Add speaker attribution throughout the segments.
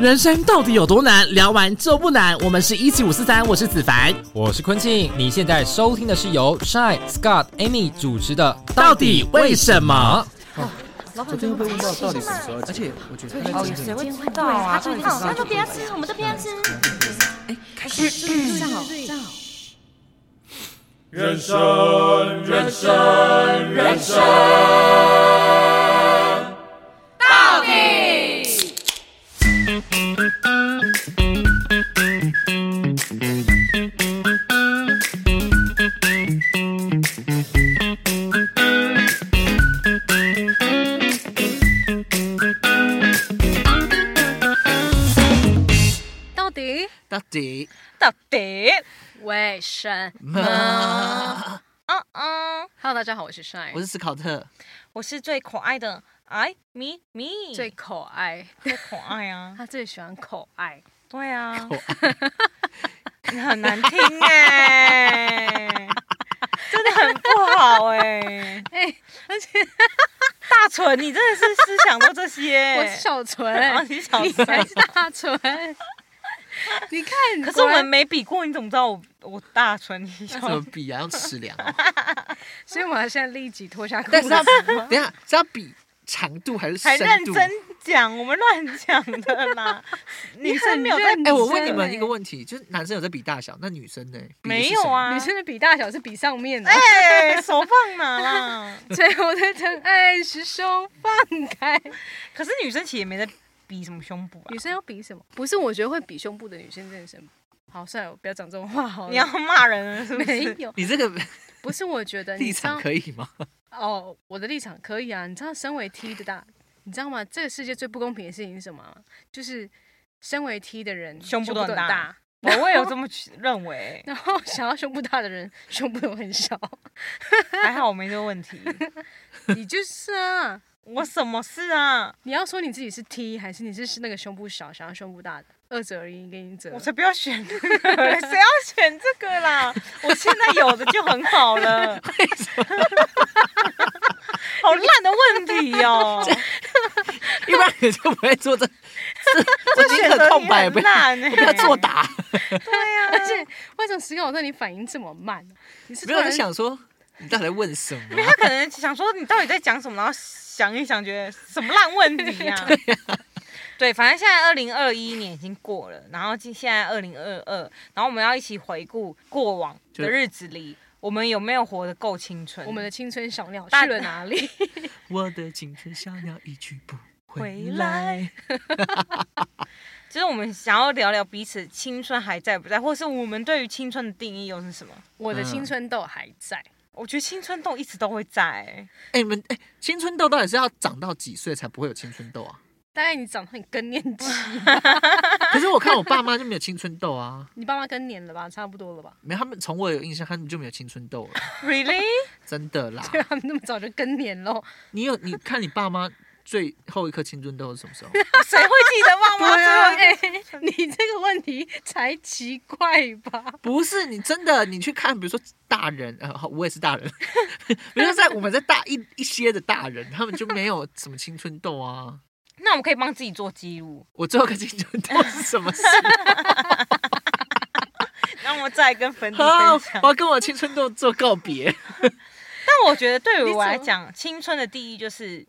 Speaker 1: 人生到底有多难？聊完就不难。我们是一七五四三，我是子凡。
Speaker 2: 我是坤庆，你现在收听的是由 Shine、Scott、Amy 主持的《
Speaker 1: 到底为什么？
Speaker 3: 老板
Speaker 4: 昨天又被问到到底什么时候，而且我觉得他在真
Speaker 3: 谁
Speaker 4: 正
Speaker 3: 会知道啊？到底是谁
Speaker 5: 那就不要吃，我们都不要吃。到底
Speaker 4: 到底
Speaker 5: 到底为什么？ 嗯嗯，Hello，大家好，我是 Shine，
Speaker 4: 我是斯考特，
Speaker 3: 我是最可爱的，I me me，
Speaker 5: 最可爱，
Speaker 3: 最可爱啊！
Speaker 5: 嗯 他最喜欢可爱，
Speaker 3: 对啊，很难听哎、 真的很不好哎、
Speaker 5: 哎、而且
Speaker 3: 大蠢，你真的是思想到这些、
Speaker 5: 我是小
Speaker 3: 啊
Speaker 5: 哦纯，
Speaker 3: 你是小
Speaker 5: 你
Speaker 3: 纯
Speaker 5: 才是大纯， 你看，
Speaker 3: 可是我
Speaker 5: 果
Speaker 3: 们
Speaker 5: 然，
Speaker 3: 没比过，你怎么知道我我大蠢？你小
Speaker 4: 怎么比啊？要尺量哦。
Speaker 5: 所以我要现在立即脱下裤
Speaker 4: 但是
Speaker 5: 子
Speaker 4: 他，等一下是要比长度还是
Speaker 3: 还
Speaker 4: 深
Speaker 3: 认
Speaker 4: 度？
Speaker 3: 真讲，我们乱讲的 啦。女生没有在
Speaker 5: 你很认
Speaker 4: 哎，我问
Speaker 5: 真
Speaker 4: 你们
Speaker 5: 欸
Speaker 4: 一个问题，就是男生有在比大小，那女生呢？比的是
Speaker 3: 没有
Speaker 4: 什么？
Speaker 3: 啊
Speaker 5: 女？生的比大小是比上面的，
Speaker 3: 哎、手放哪啦？
Speaker 5: 最后的疼爱是手哎放开。
Speaker 3: 可是女生其实也没在比什么胸部啊
Speaker 5: 女。生要比什么？不是，我觉得会比胸部的女生真的是，好，算了，我不要讲这种话好 了。
Speaker 3: 你要骂人了是不
Speaker 5: 没
Speaker 3: 是？
Speaker 5: 有？
Speaker 4: 你这个
Speaker 5: 不是，我觉得
Speaker 4: 立
Speaker 5: 你知道
Speaker 4: 场可以吗？
Speaker 5: 哦，我的立场可以啊。你知道，身为 T 的大，你知道吗？这个世界最不公平的事情是什么吗？就是身为 T 的人
Speaker 3: 胸部
Speaker 5: 部
Speaker 3: 都
Speaker 5: 都
Speaker 3: 很
Speaker 5: 很
Speaker 3: 大，我也有这么认 为，
Speaker 5: 然后想要胸部大的人胸部都很 小。
Speaker 3: 还好我没这个问 题。
Speaker 5: 你就是啊，
Speaker 3: 我什么事啊？
Speaker 5: 你要说你自己是 T 还是你是那个胸部小想要胸部大的，二者而已，给你择
Speaker 3: 我。才不要选这个， 谁要选这个啦？我现在有的就很好 了。好烂的问题 哦、
Speaker 4: 一般人就不会做这，这我宁
Speaker 3: 选
Speaker 4: 可
Speaker 3: 择
Speaker 4: 空
Speaker 3: 题
Speaker 4: 白，
Speaker 3: 很
Speaker 4: 不要
Speaker 3: 烂哎、
Speaker 4: 不要作答。
Speaker 3: 对啊，
Speaker 5: 而且为什么史考特你反应这么慢呢？你是
Speaker 4: 没
Speaker 5: 突
Speaker 4: 有我
Speaker 5: 然
Speaker 4: 在想说，你到底在问什么？
Speaker 3: 他可能想说你到底在讲什么，然后想一想，觉得什么烂问题 呀、
Speaker 5: 啊
Speaker 3: 对，反正现在二零二一年已经过了，然后现在二零二二，然后我们要一起回顾过往的日子里，我们有没有活得够青春？
Speaker 5: 我们的青春小鸟
Speaker 3: 大
Speaker 5: 去了哪里？
Speaker 4: 我的青春小鸟一去不回
Speaker 3: 回
Speaker 4: 来
Speaker 3: 来。就是我们想要聊聊彼此青春还在不在，或是我们对于青春的定义又是什么？
Speaker 5: 我的青春痘还在，
Speaker 3: 我觉得青春痘一直都会在、欸
Speaker 4: 哎、你们哎、青春痘到底是要长到几岁才不会有青春痘啊？
Speaker 5: 大概你长到你更年期，
Speaker 4: 可是我看我爸妈就没有青春痘啊，
Speaker 5: 你爸妈更年了吧，差不多了吧？
Speaker 4: 没有他们从我有印象，他们就没有青春痘了，
Speaker 3: Really？
Speaker 4: 真的啦。
Speaker 5: 对啊，他们那么早就更年 喽，
Speaker 4: 你有你看你爸妈最后一颗青春痘是什么时候？
Speaker 3: 谁会记得 妈欸妈最后一个
Speaker 5: 哎、你这个问题才奇怪吧？
Speaker 4: 不是你真的，你去看，比如说大人，呃，好我也是大人， 比如说在我们在大一一些的大人，他们就没有什么青春痘啊。
Speaker 3: 那我们可以帮自己做记录，
Speaker 4: 我最后一个青春痘是什么 时
Speaker 3: 让我再跟粉底
Speaker 4: 候？
Speaker 3: 分享
Speaker 4: 我。要跟我青春痘做告别。
Speaker 3: 但我觉得对
Speaker 5: 你
Speaker 3: 于
Speaker 5: 怎
Speaker 3: 我来
Speaker 5: 么
Speaker 3: 讲，青春的定义就是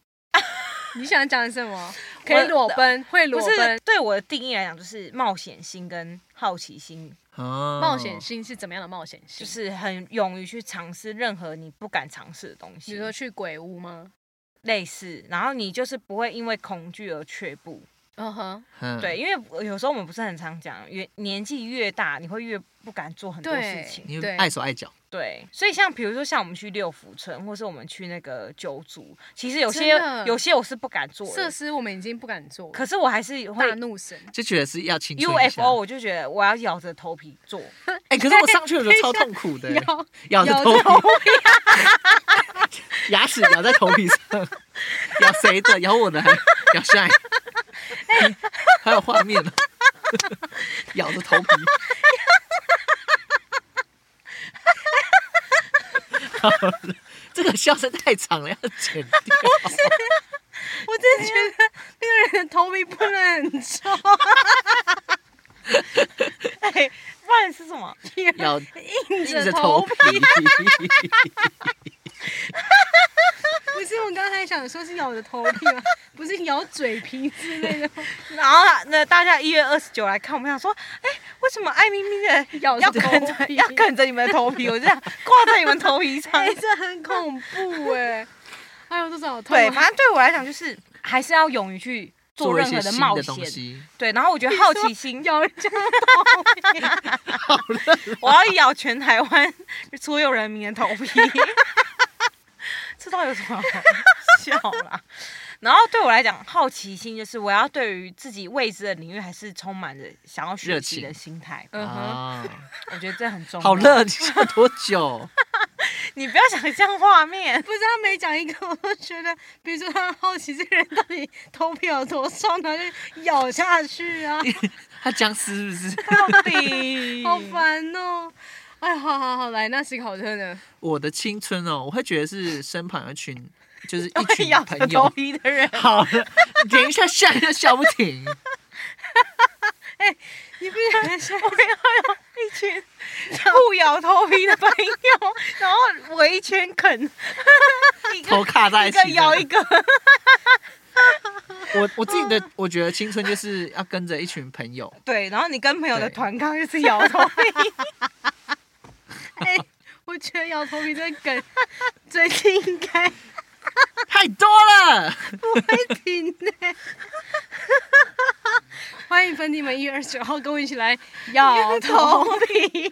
Speaker 5: 你想讲什么？可以裸奔，会
Speaker 3: 不
Speaker 5: 裸
Speaker 3: 是
Speaker 5: 奔。
Speaker 3: 对我的定义来讲，就是冒险心跟好奇心，
Speaker 4: 啊
Speaker 5: 冒险心是怎么样的冒险
Speaker 3: 就
Speaker 5: 心？
Speaker 3: 是很勇于去尝试任何你不敢尝试的东
Speaker 5: 比
Speaker 3: 西，
Speaker 5: 如说去鬼屋吗？
Speaker 3: 类似，然后你就是不会因为恐惧而却步。
Speaker 5: 嗯哼，
Speaker 4: 嗯
Speaker 3: 对，，因为有时候我们不是很常讲，越年纪越大，你会越不敢做很多事
Speaker 5: 对
Speaker 3: 情。
Speaker 4: 你
Speaker 5: 对
Speaker 4: 碍手碍脚。
Speaker 3: 对，所以像比如说像我们去六福村，或是我们去那个九族，其实有些
Speaker 5: 真的
Speaker 3: 有些我是不敢做
Speaker 5: 设
Speaker 3: 的，
Speaker 5: 施我们已经不敢做了，
Speaker 3: 可是我还是会
Speaker 5: 大怒神。
Speaker 4: 就觉得是要青春一下
Speaker 3: UFO，我就觉得我要咬着头皮 做。
Speaker 4: 哎、可是我上去的时候超痛苦的、
Speaker 5: 要
Speaker 4: 咬着
Speaker 5: 咬
Speaker 4: 头
Speaker 5: 着
Speaker 4: 皮， 牙齿咬在头皮上，咬谁的？咬我的还咬下来，哎还有画面呢， 咬着头皮。 好了这个笑声太长了，要剪掉。
Speaker 5: 我真的觉得那个人的头皮不能很臭，
Speaker 3: 哎，不然你吃什么？
Speaker 4: 要
Speaker 5: 硬
Speaker 4: 硬着
Speaker 5: 着
Speaker 4: 头
Speaker 5: 头
Speaker 4: 皮
Speaker 5: 皮。。不是我刚才想说是咬着头皮吗？ 不是咬嘴皮之类的吗，
Speaker 3: 然后那大家一月二十九来看，我们想说，哎，为什么爱咪咪的
Speaker 5: 咬
Speaker 3: 要
Speaker 5: 着头
Speaker 3: 啃着
Speaker 5: 皮，
Speaker 3: 要啃着你们的头皮？我就想挂在你们头皮上。
Speaker 5: 哎、这很恐 怖哎、哎呦，肚子好痛、
Speaker 3: 对，
Speaker 5: 啊！
Speaker 3: 反正对我来讲就是还是要勇于去做
Speaker 4: 做一
Speaker 3: 任
Speaker 4: 些
Speaker 3: 何的
Speaker 4: 新
Speaker 3: 冒
Speaker 4: 东
Speaker 3: 险。
Speaker 4: 西，
Speaker 3: 对，然后我觉得好奇心，
Speaker 5: 咬人家
Speaker 3: 我要咬全台湾所有人民的头皮， 这到底有什么好笑啦？然后对我来讲，好奇心就是我要对于自己未知的领域还是充满着想要学
Speaker 4: 热
Speaker 3: 习
Speaker 4: 情
Speaker 3: 的心态。
Speaker 5: 嗯哼，
Speaker 4: 啊，
Speaker 3: 我觉得这很重要。
Speaker 4: 好热，你笑多久？
Speaker 3: 你不要想象画面。
Speaker 5: 不是他每讲一个，我都觉得，比如说他好奇这个人到底头皮有多重，然后就咬下去 啊，
Speaker 4: 他僵尸是不是？
Speaker 3: 到 底
Speaker 5: 好烦哦！哎，好好好，来，那思考特呢？我
Speaker 4: 我的青春哦，我会觉得是身旁有一群，就是
Speaker 3: 都
Speaker 4: 一
Speaker 3: 会
Speaker 4: 群
Speaker 3: 咬着
Speaker 4: 朋
Speaker 3: 头
Speaker 4: 友。
Speaker 3: 皮的人，
Speaker 4: 好了，等一下笑又笑不停，
Speaker 5: 你不觉 得像
Speaker 3: 我要有一群互咬头皮的朋友，然后围一圈 啃，一个
Speaker 4: 头卡在
Speaker 3: 一
Speaker 4: 一
Speaker 3: 个
Speaker 4: 起。
Speaker 3: 咬一个，
Speaker 4: 我我自己的，我觉得青春就是要跟着一群朋友。
Speaker 3: 对，然后你跟朋友的
Speaker 4: 对
Speaker 3: 团康就是咬 头皮，
Speaker 5: 哎、 我觉得咬头皮这个梗最近应该
Speaker 4: 太多了，
Speaker 5: 会停 呢、欢迎粉底们一月二十九号跟我一起来咬头皮，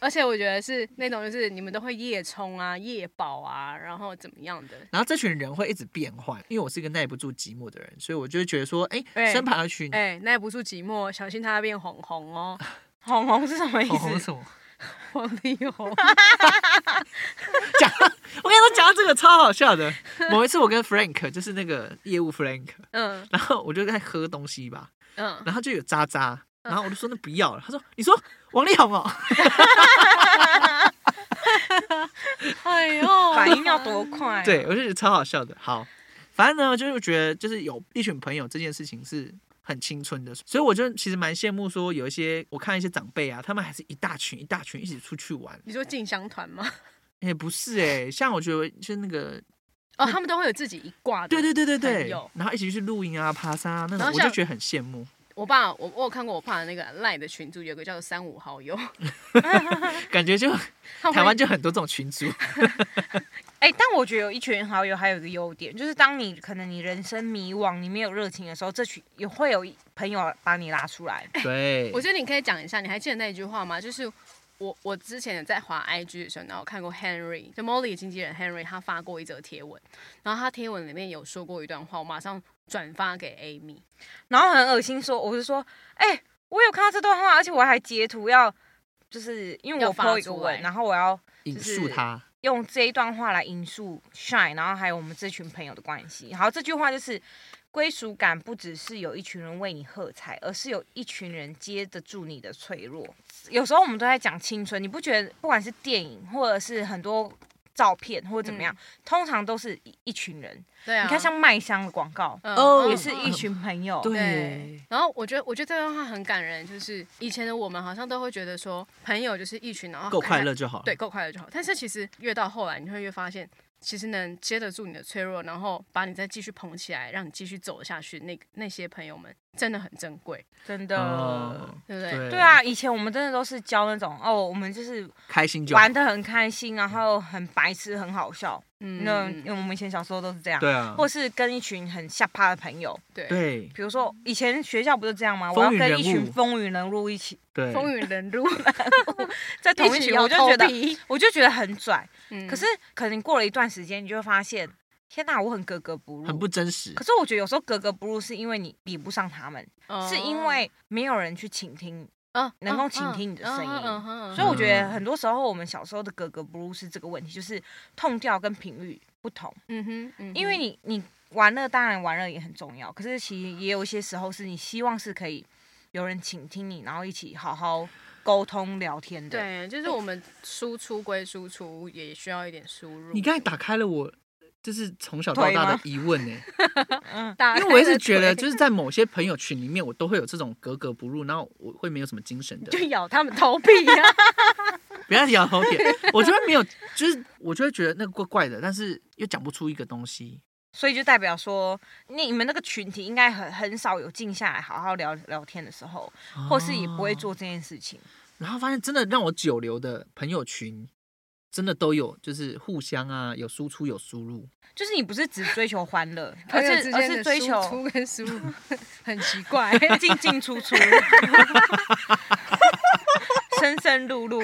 Speaker 5: 而且我觉得是那种就是你们都会夜冲啊、夜跑啊，然后怎么样的，
Speaker 4: 然后这群人会一直变换，因为我是一个耐不住寂寞的人，所以我就会觉得说，哎、
Speaker 5: 哎
Speaker 4: 身旁有一群
Speaker 5: 哎、耐不住寂寞，小心它变红红哦，
Speaker 3: 红红是什么意
Speaker 4: 红红
Speaker 3: 思？
Speaker 4: 什么，
Speaker 5: 黄皮红。
Speaker 4: 讲到，我跟你说讲到这个超好笑的。某一次我跟 Frank 就是那个业务 Frank，
Speaker 5: 嗯
Speaker 4: 然后我就在喝东西吧，
Speaker 5: 嗯，
Speaker 4: 然后就有渣渣，然后我就说那不要了，他说你说王力宏哦，
Speaker 5: 哎呦，
Speaker 3: 反应要多
Speaker 5: 哎
Speaker 3: 快？啊
Speaker 4: 对，我就觉得超好笑的。好，反正呢，就是我觉得就是有一群朋友这件事情是很青春的，所以我就其实蛮羡慕说有一些我看一些长辈啊，他们还是一大群一大群一起出去玩。
Speaker 5: 你说进香团吗？
Speaker 4: 哎、不是哎、像我觉得就是那个
Speaker 5: 哦，他们都会有自己一挂的。
Speaker 4: 对对对对
Speaker 5: 朋
Speaker 4: 对
Speaker 5: 友，
Speaker 4: 然后一起去露营啊、爬山啊那
Speaker 5: 然
Speaker 4: 种，
Speaker 5: 后
Speaker 4: 我
Speaker 5: 像
Speaker 4: 就觉得很羡慕。
Speaker 5: 我爸，我我有看过我爸的那个赖的群组，有个叫做三五好友，
Speaker 4: 感觉就
Speaker 5: 他们会
Speaker 4: 台湾就很多这种 群组，
Speaker 3: 哎、但我觉得有一群好友还有一个优点，就是当你可能你人生迷惘、你没有热情的时候，这群也会有一朋友把你拉出来。
Speaker 4: 对
Speaker 5: 我觉得你可以讲一下，你还记得那一句话吗？就是我我之前在滑 IG 的时候，然后我看过 Henry，就 Molly 的经纪人 Henry，他发过一则贴文，然后他贴文里面有说过一段话，我马上转发给 Amy。
Speaker 3: 然后很恶心说，我就说，哎、我有看到这段话，而且我还截图要，就是因为
Speaker 5: 要
Speaker 3: 我
Speaker 5: 发
Speaker 3: po 一个
Speaker 5: 出来
Speaker 3: 文，然后我要
Speaker 4: 引
Speaker 3: 就是
Speaker 4: 述他。
Speaker 3: 用这一段话来引述 Shine，然后还有我们这群朋友的关系。好，这句话就是归属感不只是有一群人为你喝彩，而是有一群人接得住你的脆弱。有时候我们都在讲青春，你不觉得不管是电影或者是很多照片或者怎么样，通常都是一一群人。
Speaker 5: 嗯对啊，
Speaker 3: 你看像麦香的广告。
Speaker 5: 嗯
Speaker 4: 哦
Speaker 5: 嗯
Speaker 3: 也是一群朋友，
Speaker 5: 哦对，然后我觉得，我觉得这段话很感人，就是以前的我们好像都会觉得说，朋友就是一群，然后
Speaker 4: 够
Speaker 5: 哦看看
Speaker 4: 快乐就好了。
Speaker 5: 对，，够快乐就好。但是其实越到后来，你会越发现，其实能接得住你的脆弱，然后把你再继续捧起来，让你继续走下去，那那些朋友们真的很珍贵，
Speaker 3: 真的。
Speaker 4: 哦
Speaker 5: 对不对？
Speaker 4: 对
Speaker 3: 对，啊，以前我们真的都是教那种哦，我们就是
Speaker 4: 开心就好
Speaker 3: 玩。的很开心，然后很白痴，很好笑。
Speaker 5: 嗯
Speaker 3: 那因为我们以前小时候都是这样，
Speaker 4: 对啊，
Speaker 3: 或是跟一群很下趴的朋友，
Speaker 5: 对
Speaker 4: 对
Speaker 3: 比如说以前学校不是这样吗？我
Speaker 4: 风
Speaker 3: 要
Speaker 4: 云
Speaker 3: 跟
Speaker 4: 人
Speaker 3: 一群
Speaker 4: 物
Speaker 3: 风云人物一起
Speaker 4: 对，
Speaker 5: 风雨 人路，
Speaker 3: 在同一
Speaker 5: 起
Speaker 3: 群，
Speaker 5: 摇
Speaker 3: 我就
Speaker 5: 头
Speaker 3: 觉得
Speaker 5: 皮
Speaker 3: 我就觉得很拽。
Speaker 5: 嗯
Speaker 3: 可是可能过了一段时间，你就会发现，天哪，我很格格不入，
Speaker 4: 很不。真实
Speaker 3: 可。是我觉得有时候格格不入是因为你比不上他们，
Speaker 5: 哦
Speaker 3: 是因为没有人去倾听。
Speaker 5: 嗯
Speaker 3: 能够倾听你的声
Speaker 5: 哦
Speaker 3: 音所以我觉得很多时候我们小时候的格格不入是这个问题，就是痛调跟频率不同。
Speaker 5: 嗯哼，嗯哼
Speaker 3: 因为你你玩乐当然玩乐也很重要，可是其实也有一些时候是你希望是可以有人倾听你，然后一起好好沟通聊天的。
Speaker 5: 对，就是我们输出归输出，也需要一点输入。
Speaker 4: 你刚才打开了我这是从小到大的疑问 呢、
Speaker 5: 大
Speaker 4: 因为我一直觉得，就是在某些朋友群里面，我都会有这种格格不入，然后我会没有什么精神的
Speaker 5: 就，咬他们头皮呀、
Speaker 3: 啊
Speaker 4: 不要摇头点，我就会没有，就是我就会觉得那个怪怪的，但是又讲不出一个东西。
Speaker 3: 所以就代表说，你们那个群体应该很很少有静下来好好聊聊天的时候，或是也不会做这件事情。
Speaker 4: 哦然后发现真的让我久留的朋友群，真的都有，就是互相啊，有输出有输入。
Speaker 3: 就是你不是只追求欢乐，
Speaker 5: 朋
Speaker 3: 而
Speaker 5: 友之
Speaker 3: 是而
Speaker 5: 间
Speaker 3: 是
Speaker 5: 的
Speaker 3: 追
Speaker 5: 输
Speaker 3: 求
Speaker 5: 出跟输入 很奇怪，
Speaker 3: 进进出出，深深入入。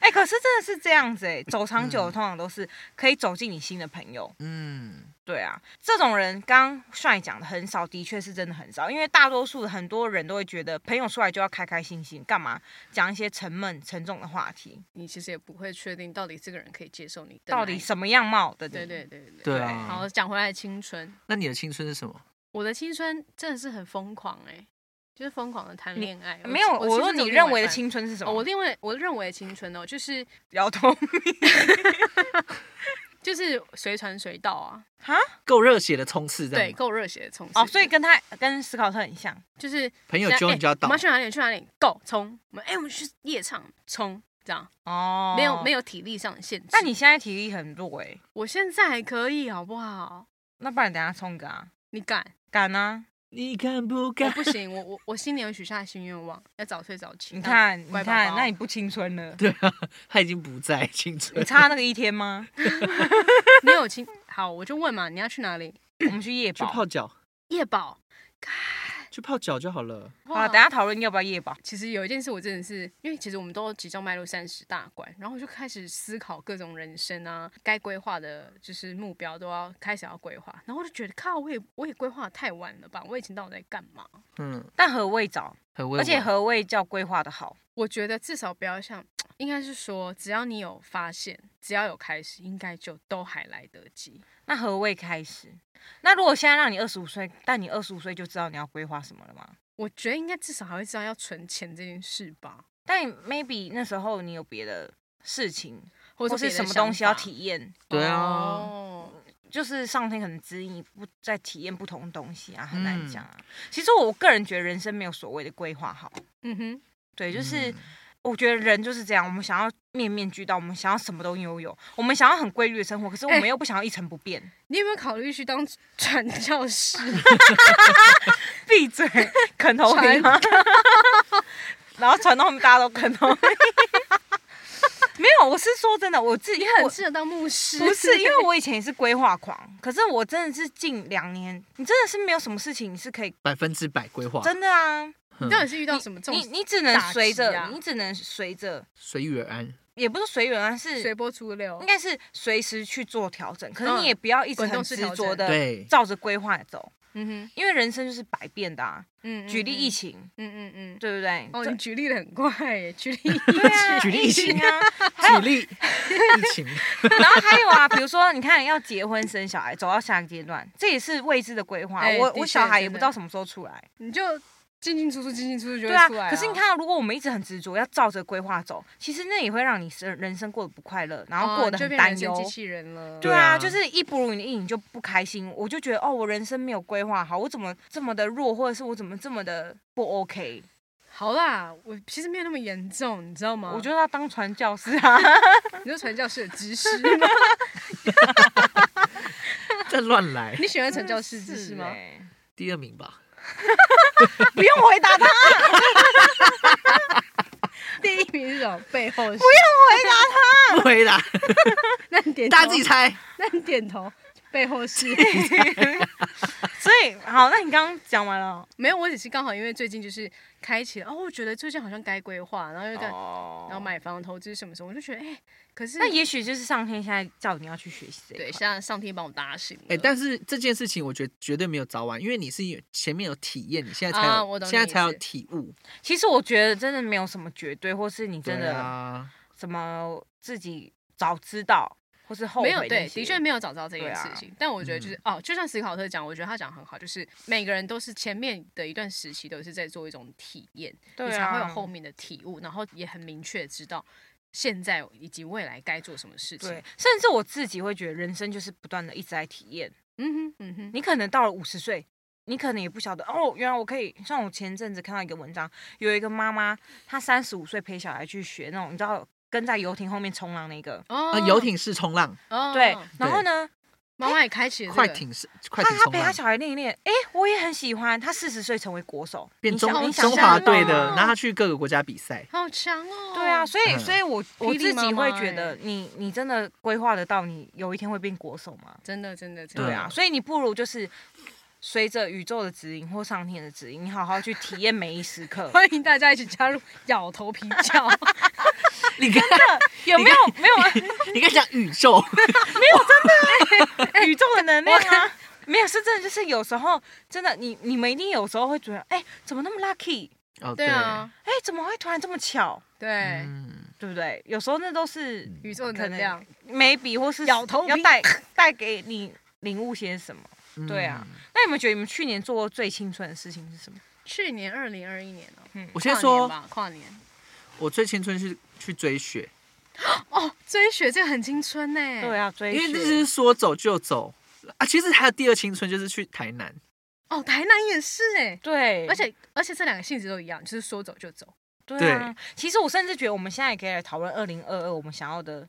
Speaker 3: 哎、可是真的是这样子哎、走长久的通常都是可以走进你新的朋友。
Speaker 4: 嗯，
Speaker 3: 对啊，这种人刚帅讲的很少，的确是真的很少，因为大多数的很多人都会觉得朋友出来就要开开心心，干嘛讲一些沉闷沉重的话题？
Speaker 5: 你其实也不会确定到底这个人可以接受你的哪
Speaker 3: 到
Speaker 5: 一
Speaker 3: 底什么样貌的你？
Speaker 5: 对对对对。
Speaker 4: 对
Speaker 3: 对
Speaker 4: 啊
Speaker 5: 好，。讲回来青春，
Speaker 4: 那你的青春是什么？
Speaker 5: 我的青春真的是很疯狂哎、就是疯狂的谈
Speaker 3: 你
Speaker 5: 恋爱。
Speaker 3: 没有，我
Speaker 5: 青春
Speaker 3: 说
Speaker 5: 只
Speaker 3: 你
Speaker 5: 有另
Speaker 3: 认
Speaker 5: 外
Speaker 3: 为
Speaker 5: 一
Speaker 3: 的
Speaker 5: 半
Speaker 3: 青春是什么？
Speaker 5: 哦，我另外我认为的青春哦，就是
Speaker 3: 摇头。
Speaker 5: 就是随传随到啊，
Speaker 4: 够热血的冲刺，这
Speaker 5: 对，
Speaker 4: 样吗
Speaker 5: 够热血的冲刺
Speaker 3: 哦，所以跟他跟思考特很像。
Speaker 5: 就是
Speaker 4: 朋友
Speaker 5: 现在
Speaker 4: 揪你就要
Speaker 3: 哎
Speaker 5: 欸我
Speaker 4: 到
Speaker 5: 们。要去哪里？去哪里？Go，冲！我们哎、我们去夜场冲，这样
Speaker 3: 哦，
Speaker 5: 没有没
Speaker 3: 有。
Speaker 5: 有体力上的限制。
Speaker 3: 但你现在体力很弱哎、
Speaker 5: 我现在还可以，好不好？
Speaker 3: 那不然等下冲个啊，
Speaker 5: 你敢？
Speaker 3: 敢啊！
Speaker 4: 你敢不
Speaker 5: 我
Speaker 4: 敢？
Speaker 5: 不行，我我我新年有许下新愿望，要早睡早起。
Speaker 3: 你看，你
Speaker 5: 乖
Speaker 3: 看，
Speaker 5: 宝宝
Speaker 3: 那你不青春了？
Speaker 4: 对啊， 他已经不在青
Speaker 3: 你
Speaker 4: 春。
Speaker 3: 差那个一天吗？
Speaker 5: 没有亲好，我就问嘛，你要去哪里？
Speaker 3: 我们去夜
Speaker 4: 去
Speaker 3: 保。
Speaker 4: 泡脚，
Speaker 5: 夜宝。
Speaker 4: 去泡脚就好了。
Speaker 3: 好啊，等下讨论要不要夜保。
Speaker 5: 其实有一件事，我真的是因为其实我们都即将迈入三十大关，然后我就开始思考各种人生啊，该规划的就是目标都要开始要规划，然后我就觉得靠，我也我也规划得太晚了吧？我以前到底在干嘛？
Speaker 4: 嗯，
Speaker 3: 但何谓早？
Speaker 4: 很
Speaker 3: 而
Speaker 4: 温婉。
Speaker 3: 且何谓叫规划的好？
Speaker 5: 我觉得至少不要像，应该是说，只要你有发现，只要有开始，应该就都还来得及。
Speaker 3: 那何谓开始？那如果现在让你二十五岁，但你二十五岁就知道你要规划什么了吗？
Speaker 5: 我觉得应该至少还会知道要存钱这件事吧，
Speaker 3: 但你 maybe 那时候你有别的事情，
Speaker 5: 或
Speaker 3: 或
Speaker 5: 者
Speaker 3: 是什么东西要体验，
Speaker 4: 对啊，
Speaker 5: 哦
Speaker 3: 就是上天可能指引你不再体验不同的东西啊，很难
Speaker 4: 嗯
Speaker 3: 讲啊。其实我个人觉得人生没有所谓的规划好，
Speaker 5: 嗯哼，
Speaker 3: 对，就是
Speaker 4: 嗯
Speaker 3: 我觉得人就是这样，我们想要面面俱到，我们想要什么都拥有，我们想要很规律的生活，可是我
Speaker 5: 哎
Speaker 3: 们又不想要一成不变。
Speaker 5: 你有没有考虑去当传教士？
Speaker 3: 闭 嘴，啃头皮吗？然后传到我们大家都啃头皮。没有，我是说真的，我自己
Speaker 5: 你
Speaker 3: 因为
Speaker 5: 很欸
Speaker 3: 我
Speaker 5: 适合当牧师，
Speaker 3: 不是因为我以前也是规划狂，可是我真的是近两年，你真的是没有什么事情是可以
Speaker 4: 百分之百规划，
Speaker 3: 真的啊，
Speaker 5: 你到底是遇到什么
Speaker 3: 嗯
Speaker 5: 这
Speaker 3: 你
Speaker 5: 种
Speaker 3: 你只能随
Speaker 5: 打击啊
Speaker 3: 着，你只能随着，
Speaker 4: 随遇而安。
Speaker 3: 也不是随缘啊，是
Speaker 5: 随波逐流
Speaker 3: 应？该是随时去做调整，可是
Speaker 5: 嗯
Speaker 3: 你也不要一直
Speaker 5: 滚
Speaker 3: 很
Speaker 5: 动式
Speaker 3: 执
Speaker 5: 调
Speaker 3: 着
Speaker 5: 整
Speaker 3: 的
Speaker 4: 对，
Speaker 3: 照着规划走，
Speaker 5: 嗯哼，
Speaker 3: 因为人生就是百变的啊。
Speaker 5: 嗯，嗯
Speaker 3: 举例疫，
Speaker 5: 嗯
Speaker 3: 情，
Speaker 5: 嗯嗯嗯，
Speaker 3: 对不对？
Speaker 5: 哦，
Speaker 3: 这
Speaker 5: 你举例的很快耶，举例
Speaker 3: 对啊，
Speaker 4: 举例
Speaker 3: 疫
Speaker 4: 疫情
Speaker 3: 啊，还有
Speaker 4: 举例 疫情，
Speaker 3: 然后还有啊，比如说，你看要结婚生小孩，走到下一个阶段，这也是未知的规划。
Speaker 5: 哎
Speaker 3: 我
Speaker 5: 的确
Speaker 3: 我小孩也
Speaker 5: 真的
Speaker 3: 不知道什么时候出来，
Speaker 5: 你就进进出出，进进出出就
Speaker 3: 对
Speaker 5: 会
Speaker 3: 啊
Speaker 5: 出来。。
Speaker 3: 可是你，看，如果我们一直很执着要照着规划走，其实那也会让你生人生过得不快乐，然后过
Speaker 5: 哦
Speaker 3: 得
Speaker 5: 你就
Speaker 3: 很
Speaker 5: 变
Speaker 3: 担
Speaker 5: 人
Speaker 3: 忧
Speaker 5: 生。机器人了。
Speaker 3: 对
Speaker 4: 对
Speaker 3: 啊，
Speaker 4: 啊
Speaker 3: 就是一不如你的意，你就不开心。我就觉得哦，我人生没有规划好，我怎么这么的弱，或者是我怎么这么的不 OK？
Speaker 5: 好啦，我其实没有那么严重，你知道吗？
Speaker 3: 我就要当传教士啊！
Speaker 5: 你说传教士的 知识吗？
Speaker 4: 再乱来。
Speaker 5: 你喜欢传 教士知识吗？
Speaker 3: 欸
Speaker 4: 第二名吧，
Speaker 3: 不用回 答他，
Speaker 5: 第一名是什么？背后不
Speaker 4: 不 回答，
Speaker 5: 那你点头
Speaker 4: 大家自己，猜。
Speaker 5: 那你点头，背 后是
Speaker 3: 所以好，那你刚刚讲完了哦
Speaker 5: 没有，我只是刚好因为最近就是开启了哦，我觉得最近好像该规划，然后又在、
Speaker 3: 哦
Speaker 5: 然后买房投资什么什么，我就觉得哎、可是
Speaker 3: 那也许就是上天现在叫你要去学习这一
Speaker 5: 对，
Speaker 3: 块
Speaker 5: 现在上天帮我打醒了。
Speaker 4: 哎、但是这件事情我觉得绝对没有早晚，因为你是有前面有体验，你现在才有、
Speaker 5: 啊我懂你
Speaker 4: 现在才有
Speaker 5: 意思
Speaker 4: 体悟。
Speaker 3: 其实我觉得真的没有什么绝对，或是你真
Speaker 4: 对
Speaker 3: 的
Speaker 4: 啊，
Speaker 3: 什么自己早知道，或是后悔
Speaker 5: 没有
Speaker 3: 那
Speaker 5: 对，
Speaker 3: 些
Speaker 5: 的确没有找到这件
Speaker 3: 对啊嗯
Speaker 5: 事情。但我觉得就是、哦，就像斯考特讲，我觉得他讲得很好，就是每个人都是前面的一段时期都是在做一种体验，
Speaker 3: 对
Speaker 5: 你才会有
Speaker 3: 啊
Speaker 5: 后面的体悟，然后也很明确知道现在以及未来该做什么事情
Speaker 3: 对。，甚至我自己会觉得人生就是不断的一直在体验。
Speaker 5: 嗯哼，嗯哼，
Speaker 3: 你可能到了五十岁，你可能也不晓得哦，原来我可以。像我前阵子看到一个文章，有一个妈妈，她三十五岁陪小孩去学那种，你知道跟在游艇后面冲浪那个，
Speaker 5: 哦
Speaker 4: 啊，游，艇式冲浪，
Speaker 5: 哦
Speaker 3: 对。然后呢，
Speaker 5: 妈妈也开启了这
Speaker 4: 快
Speaker 5: 个，
Speaker 4: 艇式快
Speaker 3: 她
Speaker 4: 艇
Speaker 3: 她
Speaker 4: 冲
Speaker 3: 陪她
Speaker 4: 浪，
Speaker 3: 小孩练一练，哎，我也很喜欢。她四十岁成为国手，
Speaker 4: 变
Speaker 3: 你想
Speaker 4: 中
Speaker 3: 你想
Speaker 4: 中
Speaker 3: 象
Speaker 4: 华
Speaker 3: 得到
Speaker 4: 队
Speaker 3: 吗
Speaker 4: 的，然后他去各个国家比赛。
Speaker 5: 好强哦！
Speaker 3: 对啊，，所以
Speaker 4: 嗯
Speaker 3: 所以我我
Speaker 5: 霹雳
Speaker 3: 自己
Speaker 5: 妈
Speaker 3: 会
Speaker 5: 妈
Speaker 3: 觉得
Speaker 5: 欸
Speaker 3: 你，你真的规划得到你有一天会变国手吗？
Speaker 5: 真的，真的，真的。
Speaker 3: 对啊，所以你不如就是随着宇宙的指引或上天的指引，你好好去体验每一时刻
Speaker 5: 欢迎大家一起加入咬头皮教，
Speaker 4: 你看，
Speaker 3: 有没有没有
Speaker 4: 你看讲宇宙，
Speaker 3: 宇宙的能量啊？哎没有，是真的，就是有时候真的，你你们一定有时候会觉得，哎、怎么那么 lucky？
Speaker 4: 哦
Speaker 5: 对啊，
Speaker 3: 哎、怎么会突然这么巧？
Speaker 5: 对，
Speaker 4: 嗯，
Speaker 3: 对不对？有时候那都是
Speaker 5: 宇宙
Speaker 3: 可
Speaker 5: 能
Speaker 3: 能
Speaker 5: 量，
Speaker 3: maybe 或是
Speaker 5: 嗯咬头皮
Speaker 3: 要带带给你领悟些什么。
Speaker 4: 嗯
Speaker 3: 对啊，那你们觉得你们去年做过最青春的事情是什么？
Speaker 5: 去年二零二一年哦，
Speaker 4: 我
Speaker 5: 跨
Speaker 4: 先
Speaker 5: 年
Speaker 4: 说，
Speaker 5: 吧，跨年
Speaker 4: 我最青春是去追雪，
Speaker 5: 哦，追雪这个很青春呢，
Speaker 3: 对啊，追
Speaker 4: 因为
Speaker 3: 雪
Speaker 4: 这是说走就走啊。其实还有第二青春就是去台南，
Speaker 5: 哦，台南也是哎，
Speaker 3: 对，
Speaker 5: 而且而且这两个性质都一样，就是说走就走，
Speaker 3: 对啊，其实我甚至觉得我们现在也可以来讨论二零二二我们想要的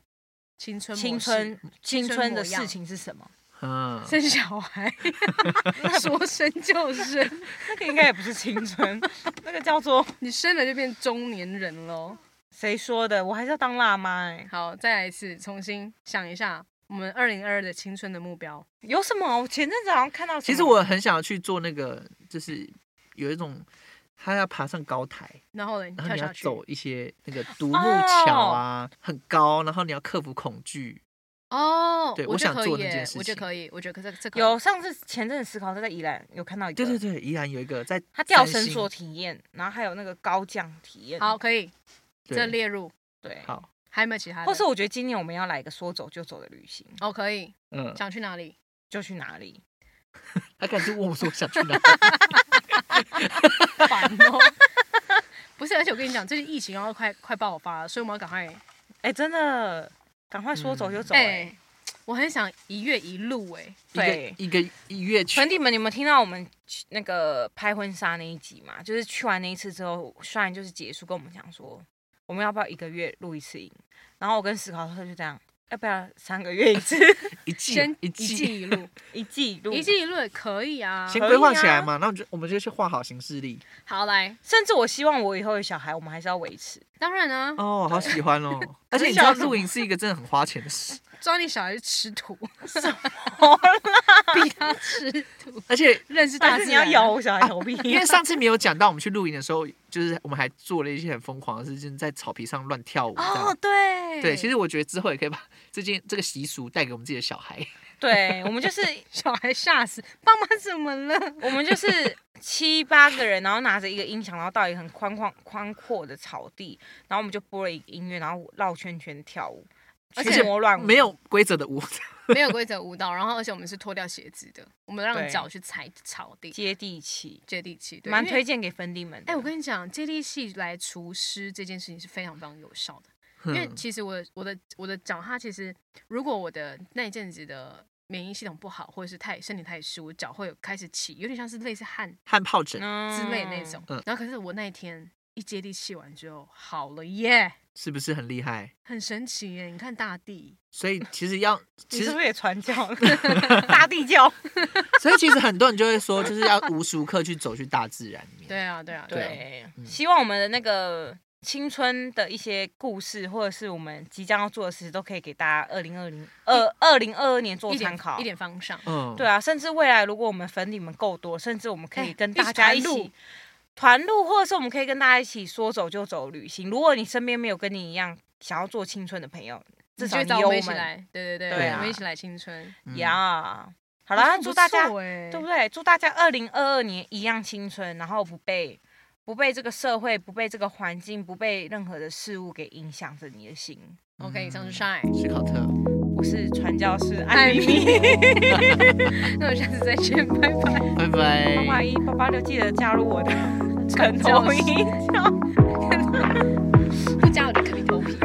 Speaker 5: 青春模
Speaker 3: 青
Speaker 5: 式
Speaker 3: 春青
Speaker 5: 春
Speaker 3: 春
Speaker 5: 模
Speaker 3: 的
Speaker 5: 样
Speaker 3: 事情是什么？
Speaker 4: 嗯，
Speaker 5: 生小孩， 说生就生，
Speaker 3: 那个应该也不是青春，那个叫做
Speaker 5: 你生了就变中年人喽。
Speaker 3: 谁说的？我还是要当辣妈哎、
Speaker 5: 好，再来一次，重新想一下我们二零二二的青春的目标。
Speaker 3: 有什么？我前阵子好像看到什么，
Speaker 4: 其实我很想要去做那个，就是有一种他要爬上高台，
Speaker 5: 然后呢，
Speaker 4: 然
Speaker 5: 跳
Speaker 4: 后啊你
Speaker 5: 下
Speaker 4: 要
Speaker 5: 去。
Speaker 4: 走一些那个独木桥啊，很高，然后你要克服恐惧。
Speaker 5: 哦，
Speaker 4: 对
Speaker 5: 我
Speaker 4: 我
Speaker 5: 觉得
Speaker 4: 想
Speaker 5: 可以
Speaker 4: 做那
Speaker 5: 耶
Speaker 4: 件事
Speaker 5: 我觉得
Speaker 4: 情
Speaker 5: 可以，我觉得这这可以
Speaker 3: 有上次前阵子思考在在宜兰有看到一个，
Speaker 4: 对对，对，依然有一个在
Speaker 3: 他吊
Speaker 4: 三
Speaker 3: 绳
Speaker 4: 星
Speaker 3: 索体验，然后还有那个高降体验，
Speaker 5: 好，可以，
Speaker 4: 对
Speaker 5: 这列入。
Speaker 3: 对，
Speaker 4: 好，
Speaker 5: 还有没有其他的？
Speaker 3: 或是我觉得今年我们要来一个说走就走的旅行，
Speaker 5: 哦，可以，
Speaker 4: 嗯，
Speaker 5: 想去哪里？
Speaker 3: 就去哪里？
Speaker 4: 他敢就问我说我想去哪？
Speaker 5: 烦哦。不是，而且我跟你讲，最近疫情要快快爆发了，所以我们要赶快。
Speaker 3: 哎、真的，赶快说走就
Speaker 4: 嗯
Speaker 3: 走、
Speaker 5: 哎、
Speaker 3: 哎、
Speaker 5: 我很想一月一路哎、
Speaker 3: 对
Speaker 4: 一个一个一月去
Speaker 3: 粉底们，你们听到我们去那个拍婚纱那一集嘛？就是去完那一次之后，虽然就是结束，跟我们讲说，我们要不要一个月录一次影？然后我跟史考特就这样，要不要三个月一次，
Speaker 4: 一季
Speaker 5: 先
Speaker 4: 一
Speaker 5: 季
Speaker 4: 季，
Speaker 5: 一路，
Speaker 3: 一季录
Speaker 5: 一？季一路也可以啊。
Speaker 4: 先
Speaker 3: 可
Speaker 4: 规划
Speaker 3: 以
Speaker 4: 起来
Speaker 3: 啊
Speaker 4: 嘛。那我就我们就去画好行事历。
Speaker 5: 好来，
Speaker 3: 甚至我希望我以后有小孩，我们还是要维 持。
Speaker 5: 当然啊，
Speaker 4: 哦，好喜欢哦！ 而且你知
Speaker 3: 想
Speaker 4: 道
Speaker 3: 什么
Speaker 4: 露营是一个真的很花钱的事，
Speaker 5: 抓你小孩去吃土， 逼他吃土，
Speaker 4: 而且
Speaker 5: 认识大
Speaker 3: 但
Speaker 5: 自
Speaker 3: 是
Speaker 5: 然。
Speaker 3: 你要咬我小孩头皮，
Speaker 4: 啊因为上次没有讲到，我们去露营的时候，就是我们还做了一些很疯狂的事情，在草皮上乱跳舞。这
Speaker 5: 哦
Speaker 4: 样，
Speaker 5: 对
Speaker 4: 对，其实我觉得之后也可以把这件这个习俗带给我们自己的小孩。
Speaker 3: 对我们就是
Speaker 5: 小孩吓死，爸妈怎么了？
Speaker 3: 我们就是七八个人，然后拿着一个音响，然后到一个很宽旷宽阔的草地，然后我们就播了一个音乐，然后绕圈圈跳舞，
Speaker 5: 而
Speaker 3: 群
Speaker 5: 且
Speaker 3: 魔乱舞，
Speaker 4: 没有规则的舞，
Speaker 5: 没有规则舞蹈，然后而且我们是脱掉鞋子的，我们让
Speaker 3: 对
Speaker 5: 脚去踩草地，
Speaker 3: 接地气。
Speaker 5: 接地气，对
Speaker 3: 蛮
Speaker 5: 因为
Speaker 3: 推荐给粉底们的。
Speaker 5: 哎、我跟你讲，接地气来除湿这件事情是非常非常有效的，因为其实我的我的我的脚，它其实如果我的那一阵子的免疫系统不好，或者是太身体太虚，我脚会有开始起，有点像是类似汗
Speaker 4: 汗疱疹
Speaker 3: 嗯
Speaker 5: 之类的那种。
Speaker 4: 嗯嗯
Speaker 5: 然后可是我那一天一接地气完之后，好了耶，
Speaker 4: 是不是很厉害？
Speaker 5: 很神奇耶！你看大地，
Speaker 4: 所以其实 要，
Speaker 3: 你
Speaker 4: 其
Speaker 3: 是
Speaker 4: 实
Speaker 3: 不是也传教？ 大地教？
Speaker 4: 所以其实很多人就会说，就是要无时无刻去走去大自然里面。
Speaker 5: 对啊对啊
Speaker 4: 对
Speaker 5: 对啊，
Speaker 3: 对
Speaker 4: 嗯，
Speaker 3: 希望我们的那个青春的一些故事，或者是我们即将要做的事，都可以给大家二零二零二二零二二年做
Speaker 5: 一
Speaker 3: 参
Speaker 5: 点
Speaker 3: 考
Speaker 5: 一。点方向。
Speaker 4: 嗯，
Speaker 3: 对啊，甚至未来如果我们粉底们够多，甚至我们可以
Speaker 5: 哎
Speaker 3: 跟
Speaker 5: 一
Speaker 3: 大
Speaker 5: 起
Speaker 3: 家
Speaker 5: 团
Speaker 3: 一起
Speaker 5: 路
Speaker 3: 团路，或者是我们可以跟大家一起说走就走旅行。如果你身边没有跟你一样想要做青春的朋友，至
Speaker 5: 你
Speaker 3: 少
Speaker 5: 就
Speaker 3: 你
Speaker 5: 找
Speaker 3: 有
Speaker 5: 我
Speaker 3: 我
Speaker 5: 们一起
Speaker 3: 们
Speaker 5: 来，对对
Speaker 3: 对
Speaker 5: 对，
Speaker 3: 啊
Speaker 5: 我们一起来青春。
Speaker 4: 嗯
Speaker 3: 呀。好
Speaker 5: 好
Speaker 3: 啦，祝大家
Speaker 5: 对
Speaker 3: 对不对？祝大家二零二二年一样青春，然后不被不被这个社会、不被这个环境、不被任何的事物给影响着你的心。
Speaker 5: ？OK，以上是 Shine，
Speaker 4: 史考特，
Speaker 3: 我是传教士艾
Speaker 5: 艾
Speaker 3: 米，
Speaker 5: 那我们下次再见，拜拜。
Speaker 4: 拜拜。
Speaker 3: 八八一八八六，记得加入我的
Speaker 5: 传
Speaker 3: 粉
Speaker 5: 教
Speaker 3: 头
Speaker 5: 士
Speaker 3: 音。
Speaker 5: 不加我就啃你头皮。